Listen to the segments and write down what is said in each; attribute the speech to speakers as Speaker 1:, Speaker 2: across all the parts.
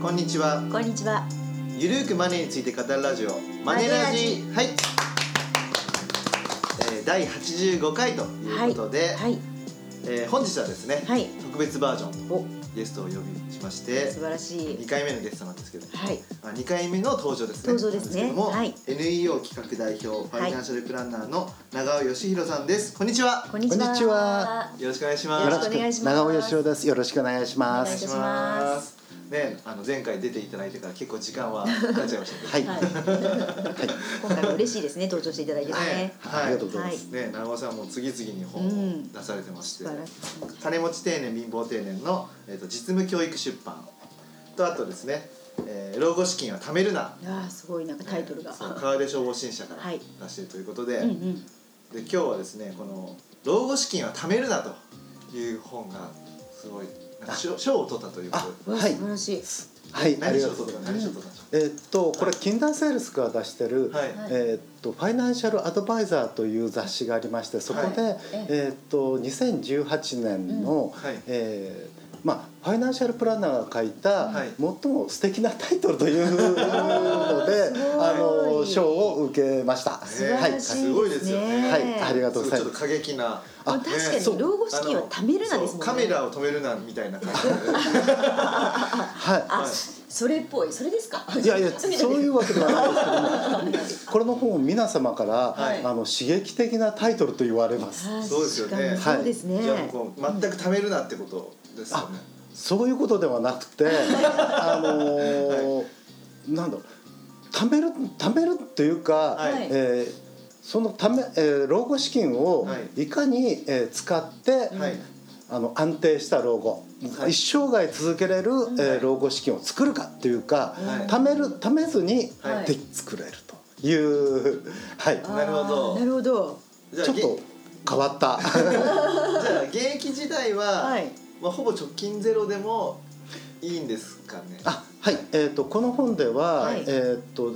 Speaker 1: こんにちは
Speaker 2: こんにちは。
Speaker 1: ゆるーくマネーについて語るラジオマネラジはい、えー、第85回ということで、
Speaker 2: はい。
Speaker 1: えー本日はですね、
Speaker 2: はい。
Speaker 1: 特別バージョン
Speaker 2: お、
Speaker 1: ゲストをお呼びしまし
Speaker 2: 素
Speaker 1: て
Speaker 2: 晴らし
Speaker 1: 2
Speaker 2: い。
Speaker 1: 回目のゲストなんですけど、
Speaker 2: はい。
Speaker 1: あ2回目の登場ですね
Speaker 2: 登場ですね
Speaker 1: なんけども、
Speaker 2: はい
Speaker 1: NEO 企画代表ファイナンシャルプランナーの長尾義弘さんですこんにちは
Speaker 2: こんにちは。
Speaker 3: こんにちは
Speaker 1: よろしくお願いし
Speaker 2: よ
Speaker 1: ま
Speaker 2: ろ
Speaker 1: す
Speaker 2: しくお願いします
Speaker 3: 長尾義雄です。よろしくお願いしま
Speaker 2: お願いし
Speaker 3: す。
Speaker 2: ます
Speaker 1: ね、あの前回出ていただいてから結構時間は経っちゃいましたけど
Speaker 3: はい、
Speaker 2: はい。 今回も嬉しいですね。登場していただいてね。
Speaker 1: はい、
Speaker 3: ありがとうございます。
Speaker 1: ね、長尾さんも次々に本を出されてまして、
Speaker 2: 素晴らしい。
Speaker 1: 金持ち定年貧乏定年の、えー、と実務教育出版とあとですね、えー老後資金は貯めるな
Speaker 2: ああ、すごいなんかタイトルが。
Speaker 1: そう川出消防新社から
Speaker 2: はい
Speaker 1: 出してるということで,、
Speaker 2: うんうん。
Speaker 1: で今日はですねこの「老後資金は貯めるな」という本がすごいなんか賞賞を取ったということで
Speaker 2: うわ
Speaker 3: はい
Speaker 2: 素晴らしい。
Speaker 3: はい、あ
Speaker 1: 何
Speaker 3: りが
Speaker 1: 賞を
Speaker 3: とう
Speaker 1: 取
Speaker 3: ご
Speaker 1: っ
Speaker 3: ざ
Speaker 1: たの
Speaker 3: いま
Speaker 1: 何賞
Speaker 3: す。
Speaker 1: を取ったんでしょ
Speaker 3: えーっと、これ近代セールスが出してる、
Speaker 1: うはい、
Speaker 2: はい
Speaker 3: えーっと、ファイナンシャルアドバイザーという雑誌がありまして、そこで、
Speaker 1: は
Speaker 3: えーっと、2018年の、
Speaker 1: うんはい
Speaker 3: えーまあ、ファイナンシャルプランナーが書いた
Speaker 1: はい
Speaker 3: 最も素敵なタイトルというので、あの賞を受けました。
Speaker 2: 素晴らしいですね。
Speaker 3: はいはいありがとうございま
Speaker 1: ちょ
Speaker 3: す
Speaker 1: っと過激な
Speaker 3: あ
Speaker 2: 確か
Speaker 1: ね
Speaker 2: に老後資金は貯めるなですもん
Speaker 1: そう
Speaker 2: ね。
Speaker 1: カメラを止めるなみたいな感じで
Speaker 3: はい、
Speaker 2: あ、
Speaker 1: はい
Speaker 2: それっぽい。それですか。
Speaker 3: いや いやそういうわけではないですけどもこれの本を皆様から、
Speaker 2: はい
Speaker 3: あの刺激的なタイトルと言われます
Speaker 2: あー
Speaker 1: そうですよね
Speaker 2: 確かにそうですね。
Speaker 1: いやもう全く貯めるなってことですよね
Speaker 3: そういうことではなくてあのーなんだろう貯める貯めるっていうか、
Speaker 1: はい
Speaker 2: はい
Speaker 3: えーそのため、えー老後資金を
Speaker 1: はい
Speaker 3: いかに、えー使って、
Speaker 1: はい
Speaker 3: あの安定した老後、
Speaker 1: はい
Speaker 3: 一生涯続けれる、えー老後資金を作るかっていう
Speaker 1: は
Speaker 3: か、
Speaker 1: い
Speaker 3: 貯める貯めずに、
Speaker 1: はい
Speaker 3: で作れるという、はい、
Speaker 2: あー
Speaker 1: なるほど
Speaker 2: なるほど。
Speaker 1: じゃあ
Speaker 3: ちょっと変わった。
Speaker 1: げじゃあ現役時代は、
Speaker 2: はい。
Speaker 1: まあ、ほぼ直近ゼロでもいいんですかね
Speaker 3: あ、はい。えっ、とこの本では、
Speaker 2: はい
Speaker 3: えっ、と。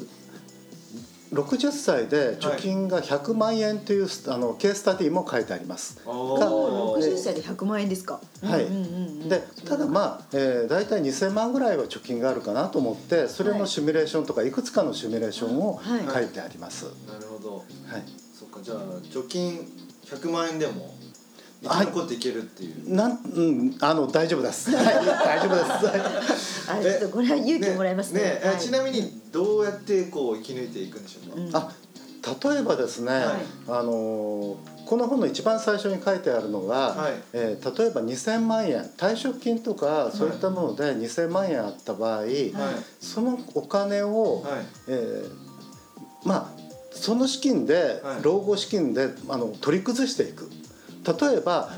Speaker 3: 60歳で貯金が100万円という、あのケーススタディも書いてあります。
Speaker 1: お
Speaker 2: 六
Speaker 1: ー
Speaker 2: 十歳で百万円ですか。
Speaker 3: はい
Speaker 2: うんうんうんうん
Speaker 3: でただまあ、えー、大体2,000万ぐらいは貯金があるかなと思ってそれのシミュレーションとかいくつかのシミュレーションを
Speaker 2: はい
Speaker 3: 書いてあります。は
Speaker 1: なるほど
Speaker 3: い
Speaker 1: そっかじゃあ貯金100万円でも生
Speaker 3: はい
Speaker 1: き残っていけるっていう、
Speaker 3: なんうんあの大丈夫です。 はい大丈夫です。
Speaker 2: あちょっとこれは勇気をもらいますね。
Speaker 1: ねえ
Speaker 2: はい
Speaker 1: ちなみにどうやってこう生き抜いていくんでしょうか、
Speaker 2: うん
Speaker 3: あ例えばですね、
Speaker 1: はい
Speaker 3: あのーこの本の一番最初に書いてあるのが、
Speaker 1: はい
Speaker 3: えー例えば2,000万円退職金とかそういったもので2,000万円あった場合、
Speaker 1: はい
Speaker 3: そのお金を、
Speaker 1: はい
Speaker 3: えーまあその資金で、
Speaker 1: はい
Speaker 3: 老後資金であの取り崩していく例えば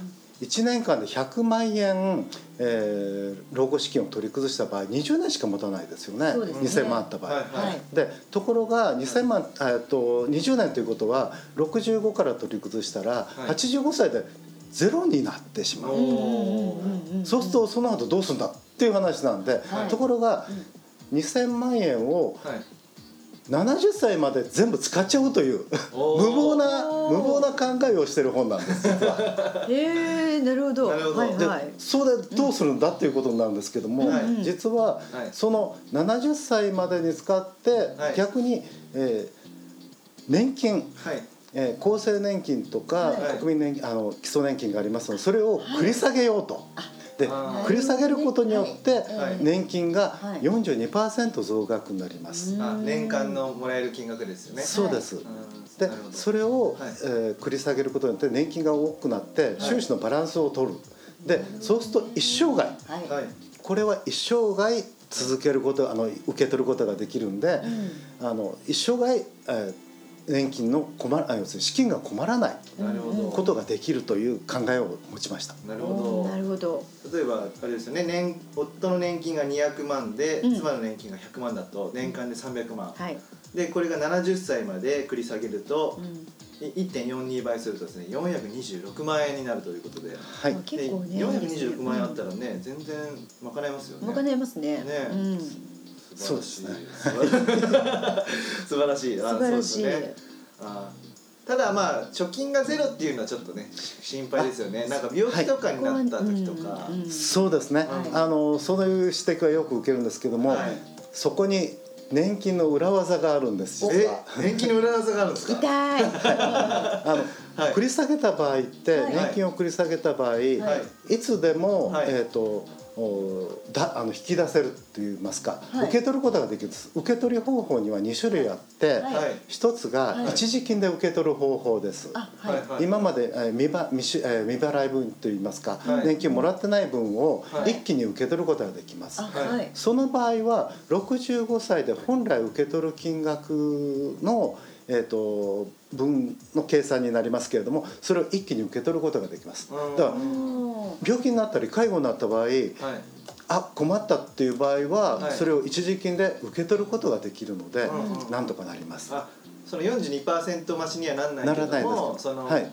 Speaker 3: 1年間で100万円、えー老後資金を取り崩した場合20年しか持たないですよね
Speaker 2: そうですね
Speaker 3: 2,000万あった場合。
Speaker 1: はい
Speaker 2: はい。
Speaker 3: でところが2000万、えーっと20年ということは65から取り崩したら、
Speaker 1: い
Speaker 3: 85歳でゼロになってしま
Speaker 1: お
Speaker 3: う、
Speaker 1: ー
Speaker 2: うんうんうんうんうん
Speaker 3: そうするとその後どうするんだっていう話なんで、
Speaker 2: はい
Speaker 3: ところが、2000万円を
Speaker 1: はい
Speaker 3: 70歳まで全部使っちゃおうという
Speaker 1: おー
Speaker 3: 無謀な
Speaker 2: おー
Speaker 3: 無謀な考えをしてる本なんです実は。
Speaker 2: へえなるほど。
Speaker 1: なるほど
Speaker 2: はい
Speaker 3: で
Speaker 2: はい。
Speaker 3: それでどうするんだっていうことなんですけども、
Speaker 1: はい
Speaker 3: 実は
Speaker 1: はい
Speaker 3: その70歳までに使って
Speaker 1: はい
Speaker 3: 逆に、えー年金、
Speaker 1: はい
Speaker 3: えー厚生年金とか、
Speaker 1: はい
Speaker 3: 国民年あの基礎年金がありますのでそれを繰り下げようと。で
Speaker 1: あー
Speaker 3: 繰り下げることによって
Speaker 1: はい
Speaker 3: 年金が
Speaker 2: はい
Speaker 3: 42%増額になります。
Speaker 2: うん
Speaker 1: あ年間のもらえる金額ですよね
Speaker 3: そうです、
Speaker 1: うん
Speaker 3: で
Speaker 1: なるほど
Speaker 3: それを、
Speaker 1: はい
Speaker 3: えー繰り下げることによって年金が多くなって収支のバランスを取る、でそうすると一生涯
Speaker 2: はい。
Speaker 1: はい
Speaker 3: これは一生涯続けることあの受け取ることができるんで、あの一生涯、えー年金の困らあ要するに資金が困らない
Speaker 1: なるほど
Speaker 3: ことができるという考えを持ちました。
Speaker 1: なる
Speaker 2: お
Speaker 1: ほ
Speaker 2: ーなるほど。
Speaker 1: ど例えばあれですよね年夫の年金が200万で、
Speaker 2: うん
Speaker 1: 妻の年金が100万だと年間で300万、
Speaker 2: はい。
Speaker 1: でこれが70歳まで繰り下げると
Speaker 2: う、ん
Speaker 1: い1.42倍するとですね426万円になるということで
Speaker 3: はい、
Speaker 2: まあ結構ね。
Speaker 1: で426万円あったらね、全然賄えますよね
Speaker 2: お金ありますね。
Speaker 1: ね
Speaker 2: うん。
Speaker 1: 素晴らしい素晴らしい素晴らしいあ
Speaker 2: 素晴らしい。
Speaker 1: そうですねあただまあ貯金がゼロっていうのはちょっとね心配ですよねなんか病気とかになった時とか、
Speaker 2: うんうん
Speaker 3: そうですね、
Speaker 1: はい
Speaker 3: あのそういう指摘はよく受けるんですけども、
Speaker 1: はい
Speaker 3: そこに年金の裏技があるんです実
Speaker 1: え
Speaker 3: は
Speaker 1: 年金の裏技があるんですか
Speaker 2: 痛い。
Speaker 3: あの、
Speaker 1: はい
Speaker 3: 繰り下げた場合って、
Speaker 2: はい
Speaker 3: 年金を繰り下げた場合、い
Speaker 1: はい、
Speaker 3: つでも、
Speaker 1: はい
Speaker 3: えっ、とおだあの引き出せるといいますか、
Speaker 2: はい
Speaker 3: 受け取ることができるんです受け取り方法には2種類あって、
Speaker 2: は
Speaker 1: はい
Speaker 3: 一つ
Speaker 2: は
Speaker 3: が
Speaker 2: い
Speaker 3: 一時金で受け取る方法です、
Speaker 2: あ、は
Speaker 1: はい
Speaker 2: い。
Speaker 1: はい
Speaker 3: 今まで、えー未払未し、えー未払い分といいますか、
Speaker 1: はい
Speaker 3: 年金もらってない分を
Speaker 1: はい
Speaker 3: 一気に受け取ることができます、
Speaker 2: あ、はい。
Speaker 3: その場合は65歳で本来受け取る金額の、えー、と分の計算になりますけれどもそれを一気に受け取ることができますだ
Speaker 1: うん
Speaker 3: から
Speaker 2: おー
Speaker 3: 病気になったり介護になった場合
Speaker 1: はい
Speaker 3: あ困ったっていう場合は、
Speaker 1: はい
Speaker 3: それを一時金で受け取ることができるので、
Speaker 1: うん
Speaker 3: なんとかなります。
Speaker 1: あその42%増しにはなんない
Speaker 3: な
Speaker 1: け
Speaker 3: ら
Speaker 1: ど
Speaker 3: ないです
Speaker 1: も
Speaker 3: か
Speaker 1: その、
Speaker 3: はい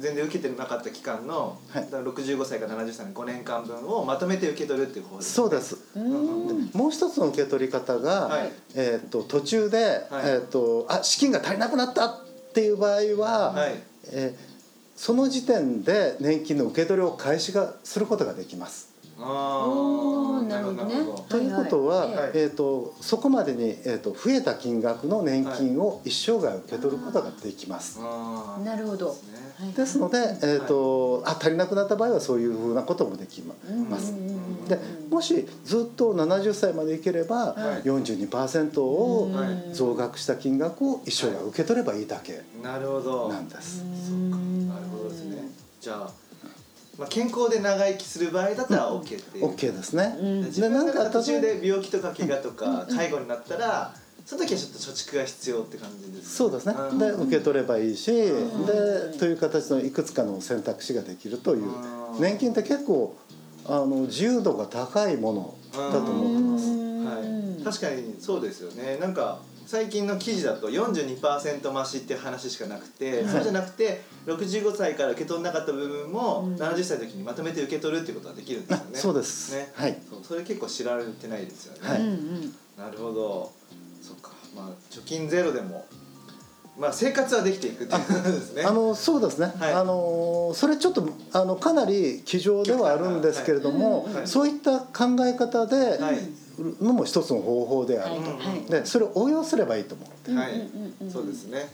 Speaker 1: 全然受けてなかった期間の、
Speaker 3: はい
Speaker 1: だから65歳から70歳の5年間分をまとめて受け取るっていう方です
Speaker 3: そうです
Speaker 2: うーん。
Speaker 3: もう一つの受け取り方が、
Speaker 1: はい
Speaker 3: えー、と途中で、えー、とあ資金が足りなくなったっていう場合は、
Speaker 1: はい
Speaker 3: えーその時点で年金の受け取りを開始がすることができます。
Speaker 1: あー
Speaker 2: おーなるほどね。
Speaker 3: ということは、
Speaker 2: いはい
Speaker 3: えー、とそこまでに、えー、と増えた金額の年金を一生涯受け取ることができます。
Speaker 1: あー
Speaker 2: なるほ
Speaker 1: そ
Speaker 2: ど
Speaker 1: うですね
Speaker 2: はい
Speaker 3: ですので、えーとあ足りなくなった場合はそういうふうなこともできま
Speaker 2: うん
Speaker 3: ます。
Speaker 2: うんうんうん
Speaker 3: でもしずっと70歳までいければ、
Speaker 2: はい
Speaker 3: 42%を
Speaker 1: はい
Speaker 2: うん
Speaker 3: 増額した金額を一生涯受け取ればいいだけ
Speaker 1: なるほど
Speaker 3: なんです。
Speaker 1: そうかなるほどですねじゃあ、まあ、健康で長生きする場合だったら OK っていう、
Speaker 3: OK ですね。
Speaker 2: うん
Speaker 1: 自分
Speaker 3: で
Speaker 1: が
Speaker 3: なん
Speaker 1: な
Speaker 3: か
Speaker 1: んか途中で病気とか怪我とか介護になったらその時はちょっと貯蓄が必要って感じです
Speaker 3: そうですね
Speaker 1: ん
Speaker 3: で受け取ればいいしで
Speaker 1: うん
Speaker 3: という形のいくつかの選択肢ができるという
Speaker 1: うん
Speaker 3: 年金って結構あの自由度が高いものだと思ってます。
Speaker 1: はい、確かにそうですよねなんか最近の記事だと42%増しっていう話しかなくて、
Speaker 2: はい
Speaker 1: そうじゃなくて65歳から受け取んなかった部分も
Speaker 2: うん
Speaker 1: 70歳の時にまとめて受け取るっていうことができるんです
Speaker 3: あ
Speaker 1: よね。
Speaker 3: そうです、
Speaker 1: ね
Speaker 3: はい
Speaker 1: そうそれ結構知られてないですよね。
Speaker 3: はい
Speaker 2: うんうん
Speaker 1: なるほどそっかまあ貯金ゼロでもまあ生活はできていくっていうことですね。
Speaker 3: あのそうですね、
Speaker 1: はい
Speaker 3: あのそれちょっとあのかなり机上ではあるんですけれども、
Speaker 1: はい
Speaker 3: そういった考え方で
Speaker 1: はい
Speaker 3: のも一つの方法であ
Speaker 2: は
Speaker 3: る
Speaker 2: い
Speaker 3: と、
Speaker 2: はい
Speaker 3: でそれを応用すればいいと思う
Speaker 1: はい、
Speaker 2: うんうんうんうん
Speaker 1: そうですね。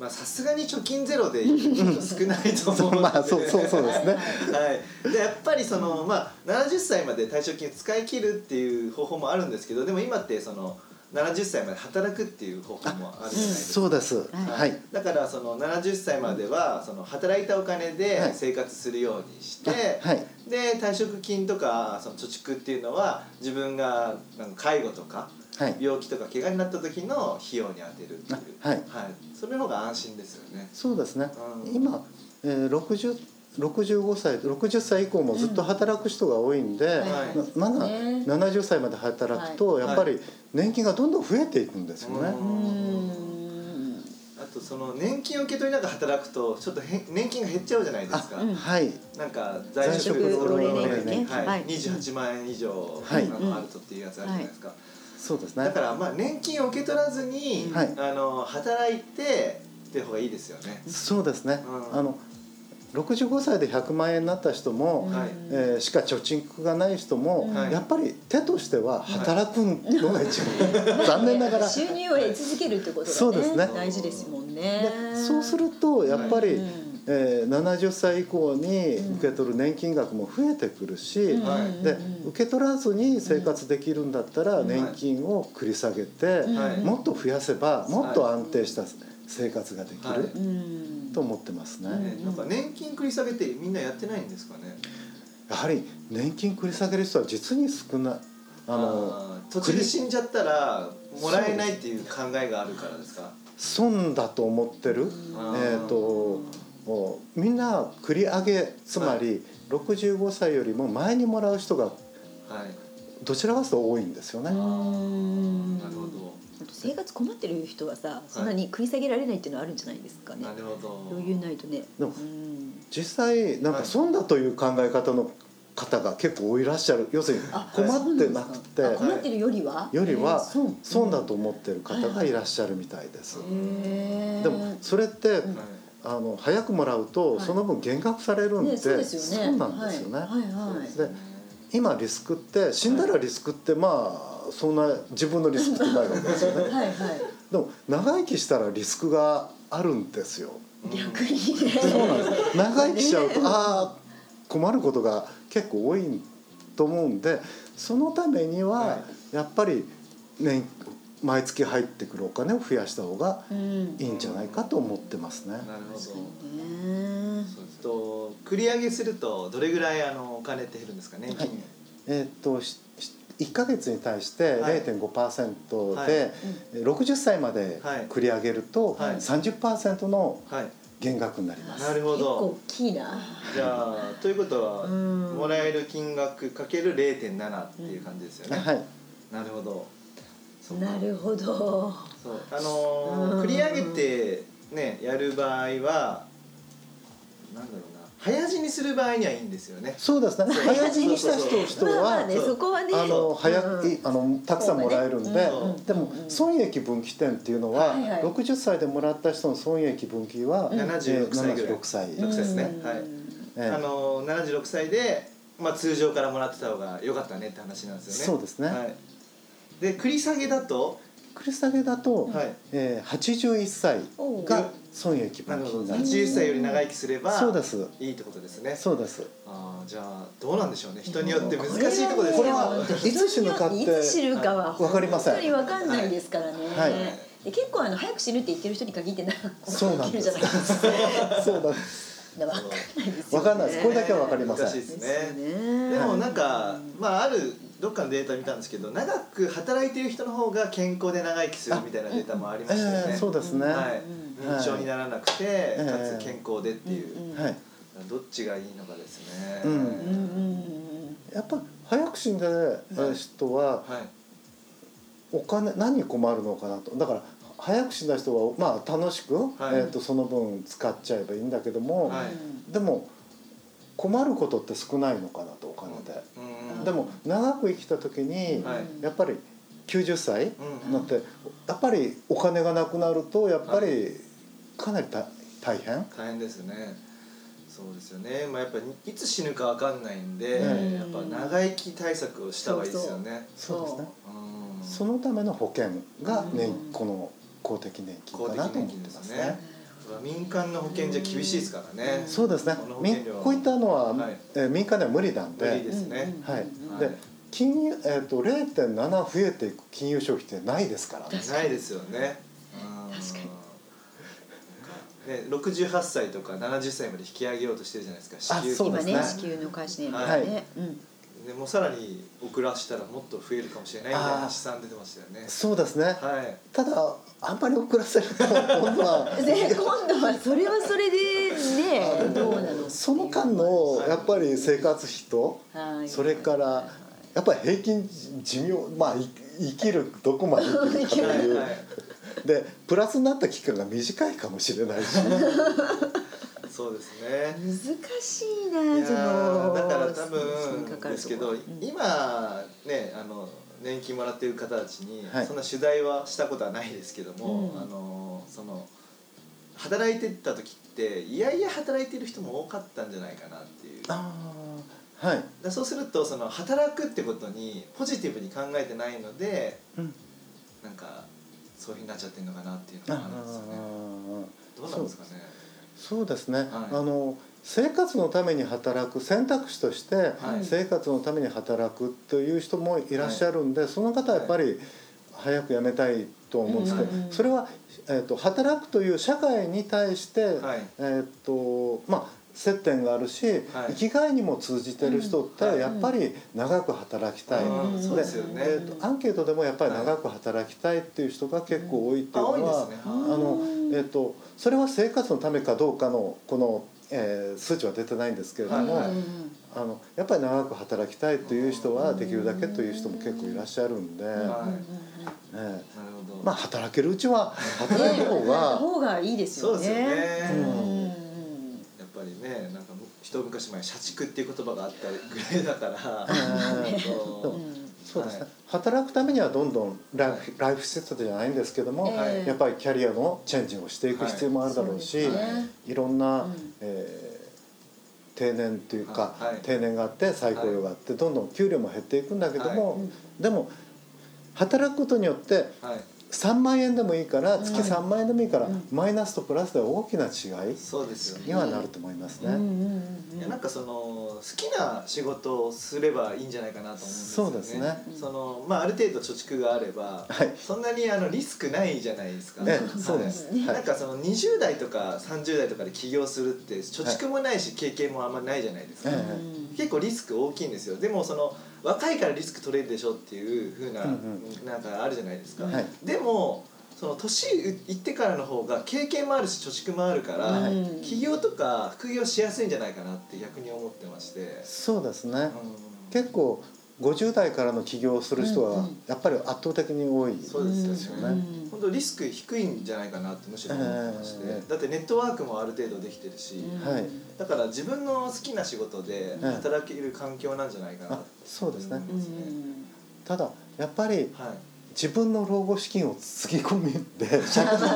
Speaker 1: まあさすがに貯金ゼロでいい人少ないと思うので。
Speaker 3: まあそうそうそうですね
Speaker 1: はい。でやっぱりそのまあ70歳まで退職金使い切るっていう方法もあるんですけど、でも今ってその70歳まで働くっていう方法もあるじゃないですか。
Speaker 3: そうです
Speaker 2: はい
Speaker 3: はい、
Speaker 1: だからその70歳まではその働いたお金
Speaker 3: は
Speaker 1: で
Speaker 3: い
Speaker 1: 生活するようにして、
Speaker 3: はい
Speaker 1: で退職金とかその貯蓄っていうのは自分がなんか介護とか
Speaker 3: はい
Speaker 1: 病気とか怪我になった時の費用に充てるっていう、
Speaker 3: あはい
Speaker 1: それの方が安心ですよね。
Speaker 3: そうですね
Speaker 1: うん
Speaker 3: 今、えー、60 65歳60歳以降もずっと働く人が多いんで、
Speaker 1: はい
Speaker 3: まだ
Speaker 2: ね
Speaker 3: 70歳まで働くと、
Speaker 1: はい
Speaker 3: やっぱり年金がどんどん増えていくんですよね、
Speaker 1: うん
Speaker 2: うん
Speaker 1: あとその年金を受け取りながら働くとちょっとへん年金が減っちゃうじゃないですか。
Speaker 2: あうん
Speaker 3: はい
Speaker 1: なんか在職
Speaker 2: 在職
Speaker 1: 老
Speaker 2: 老
Speaker 1: 齢年
Speaker 2: 齢
Speaker 1: 金
Speaker 3: 年金
Speaker 1: はい
Speaker 2: はい
Speaker 1: 28万円以上
Speaker 3: は
Speaker 1: あ
Speaker 3: い
Speaker 1: のあるとっていうやつあるじゃないですか。
Speaker 3: そうですね
Speaker 1: だからまあ年金を受け取らずに、
Speaker 3: はい
Speaker 1: あの働いてっていう方がいいですよね。
Speaker 3: そうですね、
Speaker 1: うん
Speaker 3: あの65歳で100万円になった人も、
Speaker 1: はい
Speaker 3: えーしか貯蓄がない人も、
Speaker 1: はい
Speaker 3: やっぱり手としては働くのが一番、残念なが ら
Speaker 2: 収入を得続けるってことがね
Speaker 3: そうですね
Speaker 2: 大事ですもんね
Speaker 3: でそうするとやっぱり、
Speaker 2: うん
Speaker 3: えー70歳以降に受け取る年金額も増えてくるし、
Speaker 2: うん
Speaker 1: はい
Speaker 2: うん
Speaker 3: で
Speaker 2: うん
Speaker 3: 受け取らずに生活できるんだったら
Speaker 2: うん
Speaker 3: 年金を繰り下げて、
Speaker 2: うん
Speaker 1: はい
Speaker 3: もっと増やせばもっと安定した生活ができ
Speaker 1: はい
Speaker 3: る
Speaker 2: うん
Speaker 3: と思ってますね。
Speaker 2: うん
Speaker 1: ねなんか年金繰り下げてみんなやってないんですかね。
Speaker 3: やはり年金繰り下げる人は実に少ないあの
Speaker 1: あー途中で死んじゃったらもらえないっていう考えがあるからですか。
Speaker 3: 損だと思ってる、
Speaker 1: あ
Speaker 3: え
Speaker 1: ー
Speaker 3: ー、ともうみんな繰り上げつまり65歳よりも前にもらう人が
Speaker 1: はい。
Speaker 3: どちらかというと多いんですよね。
Speaker 2: ん
Speaker 1: なるほど。
Speaker 2: あと生活困ってる人はさそんなに食い下げられないっていうのはあるんじゃないですかね
Speaker 1: なるほど。
Speaker 2: 余裕ないとね
Speaker 3: でも
Speaker 2: うん
Speaker 3: 実際なん
Speaker 1: はい
Speaker 3: か損だという考え方の方が結構いらっしゃる要するに
Speaker 2: あ
Speaker 3: 困ってなくて
Speaker 2: あ困ってるよりは
Speaker 3: よりは
Speaker 2: えーそう
Speaker 3: 損だと思ってる方がいらっしゃるみたいです
Speaker 2: へー
Speaker 3: でもそれって
Speaker 2: ん
Speaker 1: はい
Speaker 3: あの早くもらうと、
Speaker 2: はい
Speaker 3: その分減額されるんで,、
Speaker 2: ね、そうですよね。
Speaker 3: そうなんですよね、
Speaker 2: はい、はい、はい
Speaker 3: で今リスクって死んだらリスクってまあそんな自分のリスクってないわけですよ ね
Speaker 2: はい、はい。
Speaker 3: でも長生きしたらリスクがあるんですよ
Speaker 2: 逆にね。
Speaker 3: そうなんです長生きしちゃう
Speaker 2: ね
Speaker 3: とああ困ることが結構多いと思うんでそのために
Speaker 1: は
Speaker 3: はやっぱり年毎月入ってくるお金を増やした方が
Speaker 2: うん。
Speaker 3: いいんじゃないかと思ってますね。
Speaker 1: なるほど
Speaker 2: 確
Speaker 1: そ
Speaker 2: か
Speaker 1: う
Speaker 2: にね。
Speaker 1: ですと繰り上げするとどれぐらいあのお金って減るんですかね、
Speaker 3: はいえーっとしし1ヶ月に対して
Speaker 1: はい
Speaker 3: 0.5%
Speaker 1: は
Speaker 3: でえー60歳まで
Speaker 1: はい
Speaker 3: 繰り上げると
Speaker 1: はい
Speaker 3: 30%の
Speaker 1: はい
Speaker 3: 減額になります。
Speaker 1: なる
Speaker 2: う
Speaker 1: ほ
Speaker 2: ん結構
Speaker 1: ど
Speaker 2: 大きいな。
Speaker 1: じゃあということは
Speaker 2: うん
Speaker 1: もらえる金額かける0.7っていう感じですよね、
Speaker 3: はい、
Speaker 1: なるほどそうか
Speaker 2: なるほど。
Speaker 1: そうあのー
Speaker 2: うん
Speaker 1: 繰り上げてねやる場合はなんだろうな早死にする場合にはいいんですよね
Speaker 3: そうですね。
Speaker 1: そう
Speaker 3: 早死にした人人
Speaker 2: まあまあ
Speaker 3: は
Speaker 2: ね、
Speaker 1: そう
Speaker 2: そこはね。
Speaker 3: あの早
Speaker 2: うん
Speaker 3: くいあのたくさんもらえるんで、
Speaker 1: そうねうん
Speaker 3: でも損益分岐点っていうのは、
Speaker 2: はいはい
Speaker 3: 60歳でもらった人の損益分岐は、
Speaker 2: うん
Speaker 1: 76歳ぐらい
Speaker 3: 76歳
Speaker 1: うんですね
Speaker 2: うん
Speaker 1: はい
Speaker 3: ええ
Speaker 1: あのー76歳で、まあ、通常からもらってた方が良かったねって話なんですよね
Speaker 3: そうですね
Speaker 1: はい、で繰り下げだと、
Speaker 3: 繰り下げだと、
Speaker 1: はい
Speaker 3: えー、81歳
Speaker 2: おう
Speaker 3: が損益
Speaker 1: な
Speaker 3: 分
Speaker 1: る
Speaker 3: 岐
Speaker 1: ほ
Speaker 3: に
Speaker 1: ど
Speaker 3: なる
Speaker 1: 80歳より長生きすれば
Speaker 3: そうです
Speaker 1: いいってことですね
Speaker 3: そ うです
Speaker 1: あーじゃあどうなんでしょうね人によって難しいとこ
Speaker 2: こ
Speaker 1: ろで
Speaker 2: れ
Speaker 1: すけ
Speaker 2: は
Speaker 3: こ
Speaker 1: ど
Speaker 3: れ
Speaker 2: 本
Speaker 3: は
Speaker 2: 当
Speaker 3: いつ死ぬかっ
Speaker 2: い
Speaker 3: て
Speaker 2: つ知るかは
Speaker 3: わかりません
Speaker 2: 本当にわかんないですからね。
Speaker 3: はい
Speaker 2: で結構あの早く死ぬって言ってる人に限ってな
Speaker 3: そうなん
Speaker 2: 起き
Speaker 3: です
Speaker 2: るじゃないですか。
Speaker 3: そうなんです
Speaker 2: だからわかんないですよね。
Speaker 3: わかんないですこれだけはわかりません
Speaker 1: 難しいですね
Speaker 2: ね
Speaker 1: でもなんか、まあ、あるどっかのデータ見たんですけど長く働いてる人の方が健康で長生きするみたいなデータもありましたよ
Speaker 3: え
Speaker 1: ね。
Speaker 3: ーそうですね、
Speaker 1: はい
Speaker 3: うん
Speaker 1: 認知症にならなくて、
Speaker 3: え
Speaker 1: かつ健康でっていう、
Speaker 2: うん
Speaker 3: はい
Speaker 1: どっちがいいのかですね。
Speaker 3: うん
Speaker 2: うんうんうん
Speaker 3: やっぱ早く死んだえー人は
Speaker 1: はい
Speaker 3: お金何に困るのかなとだから早く死んだ人はまあ楽しく、
Speaker 1: はい
Speaker 3: えー、とその分使っちゃえばいいんだけども、
Speaker 1: はい
Speaker 3: でも困ることって少ないのかなとお金で、
Speaker 1: うん
Speaker 3: でも長く生きた時に、
Speaker 1: はい
Speaker 3: やっぱり90歳に
Speaker 1: うん
Speaker 3: なって、やっぱりお金がなくなるとやっぱりかなりた大変
Speaker 1: 大変ですね。そうですよね。まあやっぱりいつ死ぬかわかんないんで、
Speaker 3: うん
Speaker 1: やっぱ長生き対策をした方がいいですよね。
Speaker 3: そうですね
Speaker 1: うん
Speaker 3: そのための保険が年、
Speaker 2: うん
Speaker 3: この公的年金かなと思
Speaker 1: 公的年
Speaker 3: ってます
Speaker 1: 金です
Speaker 3: ね
Speaker 1: ね。民間の保険じゃ厳しいですからね。
Speaker 2: ん
Speaker 3: そうですね
Speaker 1: この。保
Speaker 3: み
Speaker 1: 険料は
Speaker 3: こういったのは、
Speaker 1: はい
Speaker 3: えー民間では無理なん
Speaker 1: 無理
Speaker 3: で
Speaker 1: で、すね
Speaker 2: うん
Speaker 3: はい
Speaker 2: うん
Speaker 1: はい
Speaker 3: で金融えっ、と0.7増えていく金融消費ってないですからね。
Speaker 1: ないですよね。うん
Speaker 2: 確かに
Speaker 1: ね、六十八歳とか七十歳まで引き上げようとしてるじゃないですか。支給
Speaker 3: あそう
Speaker 2: 今
Speaker 3: ですね
Speaker 2: ね支給の開始年
Speaker 1: は
Speaker 2: 齢ね。うん
Speaker 1: でもうさらに遅らしたらもっと増えるかもしれないみたいな試算出てましたよね。
Speaker 3: そうですね。
Speaker 1: はい。
Speaker 3: ただあんまり遅らせると 今度は
Speaker 2: で今度はそれはそれでねどうなのっていう
Speaker 3: その間のやっぱり生活費と
Speaker 2: はい
Speaker 3: それからやっぱり平均寿命まあい生きるどこまで 生きるかと
Speaker 1: はい
Speaker 3: い
Speaker 1: は
Speaker 3: うでプラスになった期間が短いかもしれないし。
Speaker 1: い。そうですね。
Speaker 2: 難しい
Speaker 1: い
Speaker 2: な
Speaker 1: や
Speaker 2: そ
Speaker 1: ー
Speaker 2: の
Speaker 1: だから多
Speaker 2: そのか
Speaker 1: 分
Speaker 2: かる
Speaker 1: です
Speaker 2: とこ
Speaker 1: けど、
Speaker 2: うん
Speaker 1: 今ねあの年金もらってる方たちに、
Speaker 3: はい
Speaker 1: そんな取材はしたことはないですけども、
Speaker 2: うん
Speaker 1: あのその働いてた時っていやいや働いてる人も多かったんじゃないかなっていう。
Speaker 3: ああはい。
Speaker 1: だそうするとその働くってことにポジティブに考えてないので
Speaker 3: うん
Speaker 1: なんかそういうふうになっちゃってるのかなっていう
Speaker 3: あ
Speaker 1: のがあるんですよね。
Speaker 3: ー
Speaker 1: どうなんですかね。
Speaker 3: そうですね、
Speaker 1: はい
Speaker 3: あの生活のために働く選択肢として、
Speaker 1: はい
Speaker 3: 生活のために働くという人もいらっしゃるんで、その方はやっぱり早く辞めたいと思うんですけど、
Speaker 2: うんうん
Speaker 3: それは、えー、と働くという社会に対して、
Speaker 1: はい
Speaker 3: えーとまあ接点があるし、生きがいにも通じてる人って
Speaker 1: うんはい
Speaker 3: やっぱり長く働きたい、
Speaker 1: うん
Speaker 3: で
Speaker 2: そうですよね
Speaker 3: えーとアンケートでもやっぱり長く働きたいっていう人が結構多いってい
Speaker 1: あ
Speaker 3: うの
Speaker 1: 多
Speaker 3: は、
Speaker 1: いですね。
Speaker 3: あ
Speaker 1: は
Speaker 3: の
Speaker 2: うん
Speaker 3: えっとそれは生活のためかどうかのこの、えー数値は出てないんですけれども、
Speaker 1: はいはい
Speaker 3: あのやっぱり長く働きたいという人はできるだけという人も結構いらっしゃるんで、
Speaker 1: い
Speaker 2: うんうんうん
Speaker 3: ええ
Speaker 1: いなるほど。
Speaker 3: まあ働けるうちは働いた方
Speaker 2: ねやった
Speaker 3: が
Speaker 2: 方がいいです
Speaker 1: そう
Speaker 2: よ
Speaker 1: で
Speaker 2: ね。
Speaker 1: すよ
Speaker 2: う
Speaker 1: ね。
Speaker 2: ん
Speaker 1: やっぱりねなんか一昔前社畜っていう言葉があったぐらいだから、
Speaker 3: ええ
Speaker 1: そう
Speaker 2: うんうん
Speaker 3: そうですね、
Speaker 1: はい
Speaker 3: 働くためにはどんどんライフ,、
Speaker 1: はい
Speaker 3: ライフ施設じゃないんですけども、
Speaker 1: はい
Speaker 3: やっぱりキャリアのチェンジをしていく必要もあるだろうし、
Speaker 2: そう
Speaker 1: は
Speaker 2: で
Speaker 1: い
Speaker 2: すね
Speaker 3: いろんな、
Speaker 2: うん
Speaker 3: えー定年というか、
Speaker 1: はい
Speaker 3: 定年があって再雇用があって、どんどん給料も減っていくんだけど
Speaker 2: う
Speaker 3: も、
Speaker 2: ん
Speaker 3: でも働くことによって
Speaker 1: はい
Speaker 3: 3万円でもいいから月
Speaker 2: うん
Speaker 3: 3万円でもいいから、
Speaker 2: うん
Speaker 3: マイナスとプラスで大きな違い
Speaker 1: そうですよね
Speaker 3: にはなると思いますね。
Speaker 2: うんうんうん
Speaker 1: いやなんかその好きな仕事をすればいいんじゃないかなと思うんですよね。
Speaker 3: そうですね
Speaker 1: そのまあある程度貯蓄があれば、
Speaker 3: はい
Speaker 1: そんなにあのリスクないじゃないですか。
Speaker 3: ええ
Speaker 1: はい
Speaker 3: そうです
Speaker 2: ね
Speaker 1: なんかその20代とか30代とかで起業するって貯蓄もないし経験もあんまないじゃないですか。
Speaker 3: ええ
Speaker 1: 結構リスク大きいんですよでもその若いからリスク取れるでしょっていう風な、
Speaker 3: うん
Speaker 1: なんかあるじゃないですか、
Speaker 3: はい
Speaker 1: でもその年いってからの方が経験もあるし貯蓄もあるから、
Speaker 3: はい
Speaker 2: うん
Speaker 1: 起業とか副業しやすいんじゃないかなって逆に思ってまして、
Speaker 3: そうですね、
Speaker 1: うん
Speaker 3: 結構50代からの起業をする人
Speaker 2: うんう
Speaker 3: は
Speaker 2: ん
Speaker 3: やっぱり圧倒的に多い、
Speaker 1: そうですよ
Speaker 3: ね
Speaker 2: うん
Speaker 1: 本当リスク低いんじゃないかなってむしろ思ってまして、
Speaker 3: ええ
Speaker 1: だってネットワークもある程度できてるし、
Speaker 2: うん
Speaker 3: はい
Speaker 1: だから自分の好きな仕事で
Speaker 3: ええ
Speaker 1: 働ける環境なんじゃないかな
Speaker 3: あ
Speaker 1: って
Speaker 3: そうですね、
Speaker 1: うん
Speaker 2: うん
Speaker 3: ただやっぱ
Speaker 1: は
Speaker 3: り
Speaker 1: い
Speaker 3: 自分の老後資金をつぎ込み で借金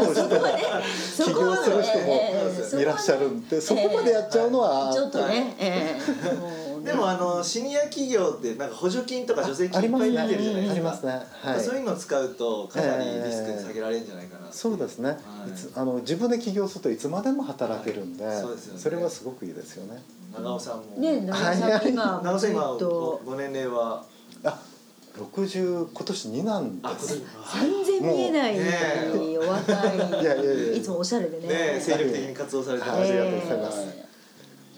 Speaker 3: をし
Speaker 2: そこはね
Speaker 3: て
Speaker 2: そ
Speaker 3: 起
Speaker 2: こは
Speaker 3: 業
Speaker 2: ね
Speaker 3: す
Speaker 1: えそこは
Speaker 3: る人も
Speaker 1: ね
Speaker 3: いらっしゃるんでそこまでやっちゃうのは、
Speaker 2: ちょっとね、ええもう ね
Speaker 1: でもあのシニア企業ってなんか補助金とか助成金いっぱい出てるじゃないですか
Speaker 3: ありますねはい
Speaker 1: そういうのを使うとかなりリスク下げられるんじゃないかな、
Speaker 3: そうですね、
Speaker 1: い
Speaker 3: いつあの自分で起業するといつまでも働けるんで,、
Speaker 1: はいそうですよね
Speaker 3: れはすごくいいですよね
Speaker 1: 長尾さんも
Speaker 2: ね長澤さん今
Speaker 1: 長尾さん今
Speaker 2: えっと
Speaker 1: ご年齢は
Speaker 3: あ60今年2な
Speaker 1: あ
Speaker 3: んで
Speaker 1: 今
Speaker 3: す
Speaker 1: 年
Speaker 2: 全然見えない
Speaker 1: もうねえ
Speaker 2: お若い
Speaker 3: いやいやいや
Speaker 2: いつもおしゃれでね
Speaker 1: ね精力的に活動されて
Speaker 3: は
Speaker 1: る
Speaker 3: いありがとうございます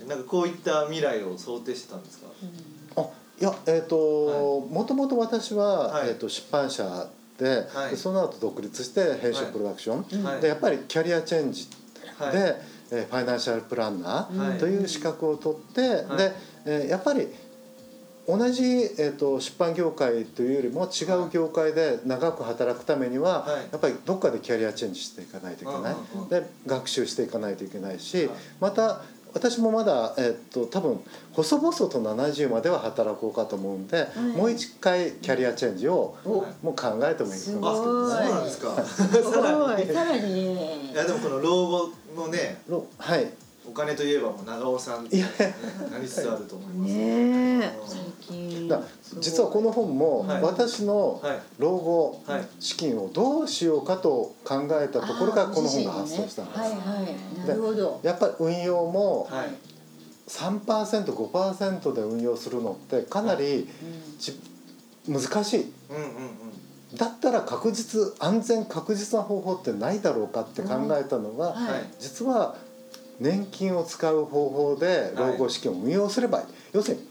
Speaker 2: え
Speaker 1: なんかこういった未来を想定してたんですか
Speaker 2: え
Speaker 3: あいやえっ、ともともと私は、
Speaker 1: はい
Speaker 3: えー、と出版社で,、
Speaker 1: はい
Speaker 3: でその後独立して編集プロダクション、
Speaker 1: はい
Speaker 3: でやっぱりキャリアチェンジで、
Speaker 1: はい
Speaker 3: えーファイナンシャルプランナ
Speaker 1: は
Speaker 3: ー
Speaker 1: い
Speaker 3: という資格を取って、
Speaker 1: はい
Speaker 3: で、えーやっぱり同じ、えー、と出版業界というよりも違う業界で長く働くためには、
Speaker 1: はい
Speaker 3: やっぱりどっかでキャリアチェンジしていかないといけない、
Speaker 1: うんうんうん
Speaker 3: で学習していかないといけないし、
Speaker 1: はい
Speaker 3: また私もまだ、えー、と多分細々と70までは働こうかと思うんで、
Speaker 2: い
Speaker 3: もう一回キャリアチェンジを
Speaker 2: お
Speaker 1: はい
Speaker 3: もう考えてもいいと
Speaker 2: す
Speaker 1: あ
Speaker 3: 思
Speaker 1: そ
Speaker 3: うん
Speaker 1: う
Speaker 2: ご
Speaker 3: で
Speaker 2: い
Speaker 3: すけどね。
Speaker 1: なんですか
Speaker 2: すごいさらにね
Speaker 1: いやでもこの老後のね
Speaker 3: ろはい
Speaker 1: お金といえばもう長尾さんってねなりつつあると思います、
Speaker 2: ねえ最近
Speaker 3: だ実はこの本も
Speaker 1: はい
Speaker 3: 私の
Speaker 1: はい
Speaker 3: 老後
Speaker 1: はい
Speaker 3: 資金をどうしようかと考えたところからこの本が発想したんです。
Speaker 2: はいはいなるほど
Speaker 3: やっぱり運用も
Speaker 1: はい
Speaker 3: 3%5% で運用するのってかなりじ難しい
Speaker 1: うんうんうん
Speaker 3: だったら確実安全確実な方法ってないだろうかって考えたのが、
Speaker 2: はい
Speaker 3: 実は年金を使う方法で老後資金を運用すればいい、要するに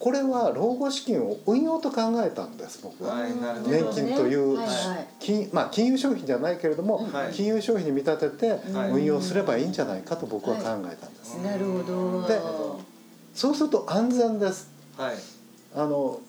Speaker 3: これは老後資金を運用と考えたんです僕は、
Speaker 1: はいなるほど
Speaker 3: 年金という、
Speaker 2: はいはい
Speaker 3: 金まあ、金融商品じゃないけれども、
Speaker 1: はい
Speaker 3: 金融商品に見立てて
Speaker 1: はい
Speaker 3: 運用すればいいんじゃないかと僕は考えたんです、
Speaker 2: いなるほど
Speaker 3: でそうすると安全です
Speaker 1: はい
Speaker 3: あの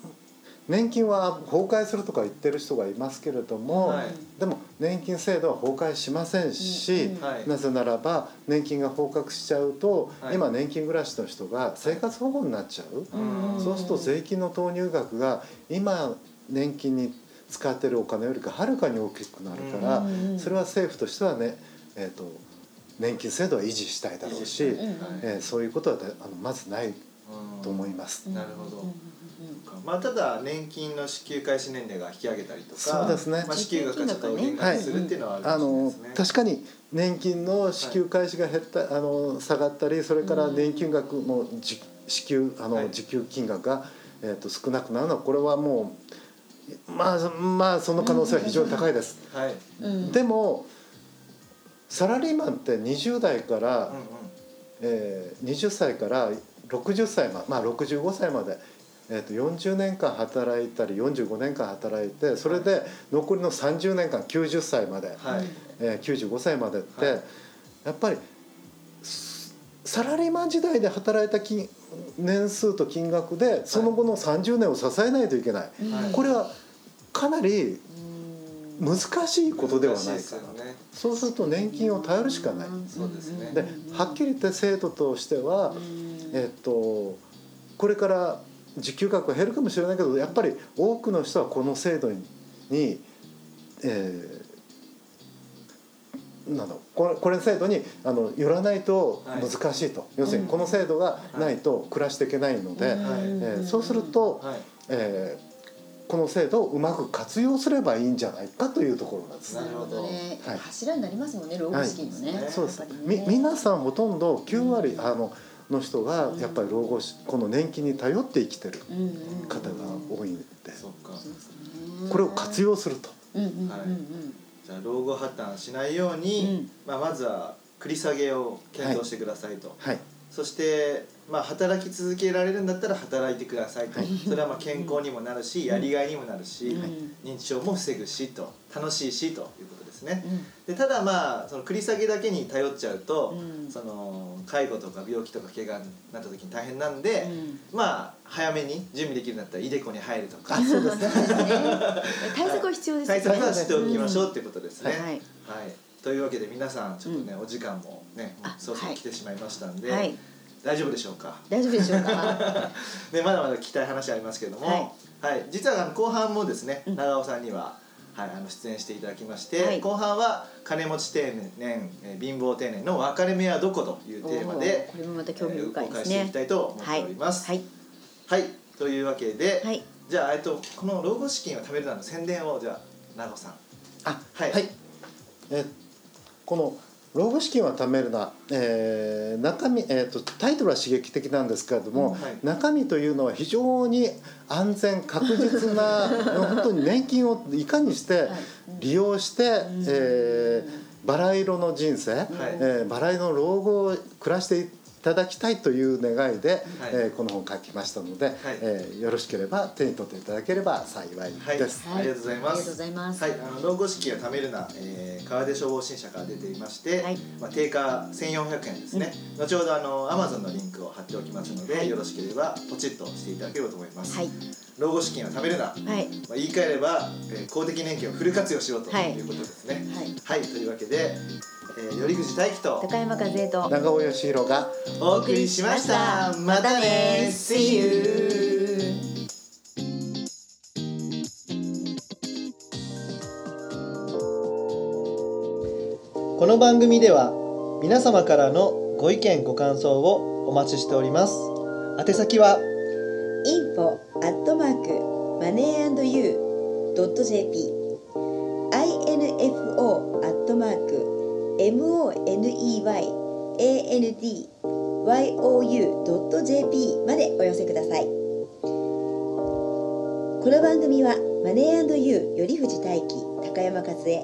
Speaker 3: 年金は崩壊するとか言ってる人がいますけれども、
Speaker 1: はい
Speaker 3: でも年金制度は崩壊しませんし、
Speaker 2: うん
Speaker 1: はい
Speaker 3: なぜならば年金が崩壊しちゃうと、
Speaker 1: はい
Speaker 3: 今年金暮らしの人が生活保護になっちゃう、
Speaker 1: うん
Speaker 3: そうすると税金の投入額が今年金に使ってるお金よりかはるかに大きくなるから、
Speaker 2: うん
Speaker 3: それは政府としてはね、えー、と年金制度は維持したいだろうし、
Speaker 1: 維持
Speaker 2: うん
Speaker 1: はい
Speaker 3: えーそういうことはだあのまずないと思い
Speaker 1: す
Speaker 3: ます。
Speaker 1: なるほど
Speaker 2: うんうんうん
Speaker 1: まあ、ただ年金の支給開始年齢が引き上げたりとか
Speaker 3: そうですね
Speaker 1: まあ、支給額がちょっと減額するっていうのはある
Speaker 3: あ
Speaker 1: かも
Speaker 3: の
Speaker 1: しれないですね。
Speaker 3: 確かに年金の支給開始が減った、あの下がったりそれから年金額のじ支給あの、
Speaker 1: はい
Speaker 3: 受給金額が、えー、と少なくなるのはこれはもうまあまあその可能性は非常に高いです。
Speaker 1: はい、うん
Speaker 2: うん
Speaker 3: でもサラリーマンって20代から、
Speaker 1: うん
Speaker 3: えー20歳から60歳ままあ65歳まで、えー、と40年間働いたり45年間働いてそれで残りの30年間90歳まで、
Speaker 1: はい、
Speaker 3: えー95歳までって、
Speaker 1: はい
Speaker 3: やっぱりすサラリーマン時代で働いた金年数と金額でその後の30年を支えないといけない、
Speaker 1: はい
Speaker 3: これはかなり
Speaker 2: うん
Speaker 3: 難しいことではない
Speaker 1: 難しです
Speaker 3: か
Speaker 1: よ
Speaker 3: な、
Speaker 1: ね
Speaker 3: そうすると年金を頼るしかない。
Speaker 1: そうですね
Speaker 3: ではっきり言って制度としては、
Speaker 2: うん
Speaker 3: えっとこれから時給額は減るかもしれないけどやっぱり多くの人はこの制度にに、えーなんだろうこれこれの制度にあの寄らないと難しいと、要するにこの制度がないと暮らしていけないので、えーそうすると、
Speaker 1: はい
Speaker 3: えーこの制度をうまく活用すればいいんじゃないかというところなんですね
Speaker 1: なる
Speaker 4: なる
Speaker 1: ほ
Speaker 4: ほ
Speaker 1: ど
Speaker 4: どね、
Speaker 3: はい
Speaker 4: 柱になりますもんね老後資金のね、
Speaker 1: はい
Speaker 3: そうです
Speaker 4: やっぱ。り
Speaker 3: み
Speaker 4: ね
Speaker 3: 皆さんほとんど9割、あのの人が
Speaker 4: うん
Speaker 3: やっぱり老後しこの年金に頼って生きてる
Speaker 4: うんうん
Speaker 3: 方が多いんで、
Speaker 1: そっか
Speaker 4: そうですね
Speaker 3: これを活用すると。
Speaker 4: うんうんうんうん、
Speaker 1: はいじゃあ老後破綻しないように、まあ、まずは繰り下げを検討してくださいと、
Speaker 3: はい。
Speaker 1: そして、まあ、働き続けられるんだったら働いてくださいと、
Speaker 3: はい
Speaker 1: それはまあ健康にもなるしやりがいにもなるし、
Speaker 4: うん
Speaker 1: 認知症も防ぐしと楽しいしということですね
Speaker 4: う。ん
Speaker 1: でただまあその繰り下げだけに頼っちゃうと、
Speaker 4: うん
Speaker 1: その介護とか病気とか怪我になった時に大変なんで、
Speaker 4: うん
Speaker 1: まあ早めに準備できるんだったらイデコに入るとか
Speaker 3: そうですね。
Speaker 2: 対策は必要で すよ
Speaker 1: 対
Speaker 2: ね
Speaker 1: 策はしておきましょうっていうことですね。
Speaker 4: はい
Speaker 1: はい、というわけで皆さんちょっとね、お時間もねもうそろそろ来てしまいましたんで、
Speaker 2: はい
Speaker 1: 大丈夫でしょうか
Speaker 2: 大丈夫でしょうか
Speaker 1: ね、まだまだ聞きたい話ありますけれども、はい実はあの後半もですね、
Speaker 4: うん
Speaker 1: 長尾さんには、はい、あの出演していただきまして、
Speaker 2: はい
Speaker 1: 後半は「金持ち定年、えー貧乏定年の分かれ目はどこ?」というテーマで
Speaker 2: おーこれもまた興味深いです
Speaker 1: えーお伺いしてい
Speaker 2: ね
Speaker 1: きたいと思っております。
Speaker 2: はい
Speaker 1: はい、というわけで、
Speaker 2: はい
Speaker 1: じゃあ、えっと、この老後資金を貯めるなの宣伝をじゃあ長尾さん。
Speaker 3: あ、
Speaker 1: はい
Speaker 3: えこの老後資金は貯めるな、えー中身、えー、とタイトルは刺激的なんですけれども、
Speaker 1: はい
Speaker 3: 中身というのは非常に安全確実な本当に年金をいかにして利用して、
Speaker 4: ん
Speaker 3: えーバラ色の人生、えーバラ色の老後を暮らしていただきたいという願いで、えーこの本を書きましたので、えーよろしければ手に取っていただければ幸い
Speaker 1: はい、
Speaker 3: です。
Speaker 1: ありがとうござい
Speaker 4: ありがとう
Speaker 1: ま
Speaker 4: ご
Speaker 1: す
Speaker 4: ざ。います、
Speaker 1: はい、あの老後資金を貯めるな、えー、川出消防新社から出ていまして、
Speaker 2: はい
Speaker 1: まあ、定価1400円ですね、後ほどあの Amazon のリンクを貼っておきますので、
Speaker 2: はい
Speaker 1: よろしければポチッとしていただければと思います、
Speaker 2: はい
Speaker 1: 老後資金を貯めるな、ま
Speaker 2: はい
Speaker 1: あ、言い換えれば、えー公的年金をフル活用しろと
Speaker 2: はい
Speaker 1: いうことですね
Speaker 2: はい
Speaker 1: はい、というわけで、えー、頼藤大樹と
Speaker 2: 高山和恵と
Speaker 3: 長尾義弘が
Speaker 1: お送りしましたまたね See you!
Speaker 5: info at mark moneyandyou.jp info at mark moneyandyou.jp までお寄せくださいこの番組はマネーユー頼藤大輝高山和恵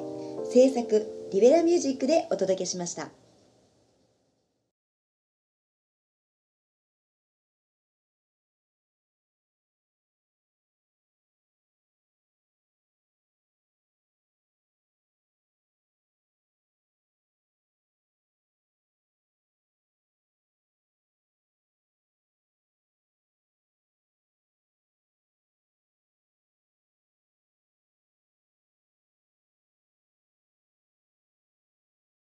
Speaker 5: 制作リベラミュージックでお届けしました。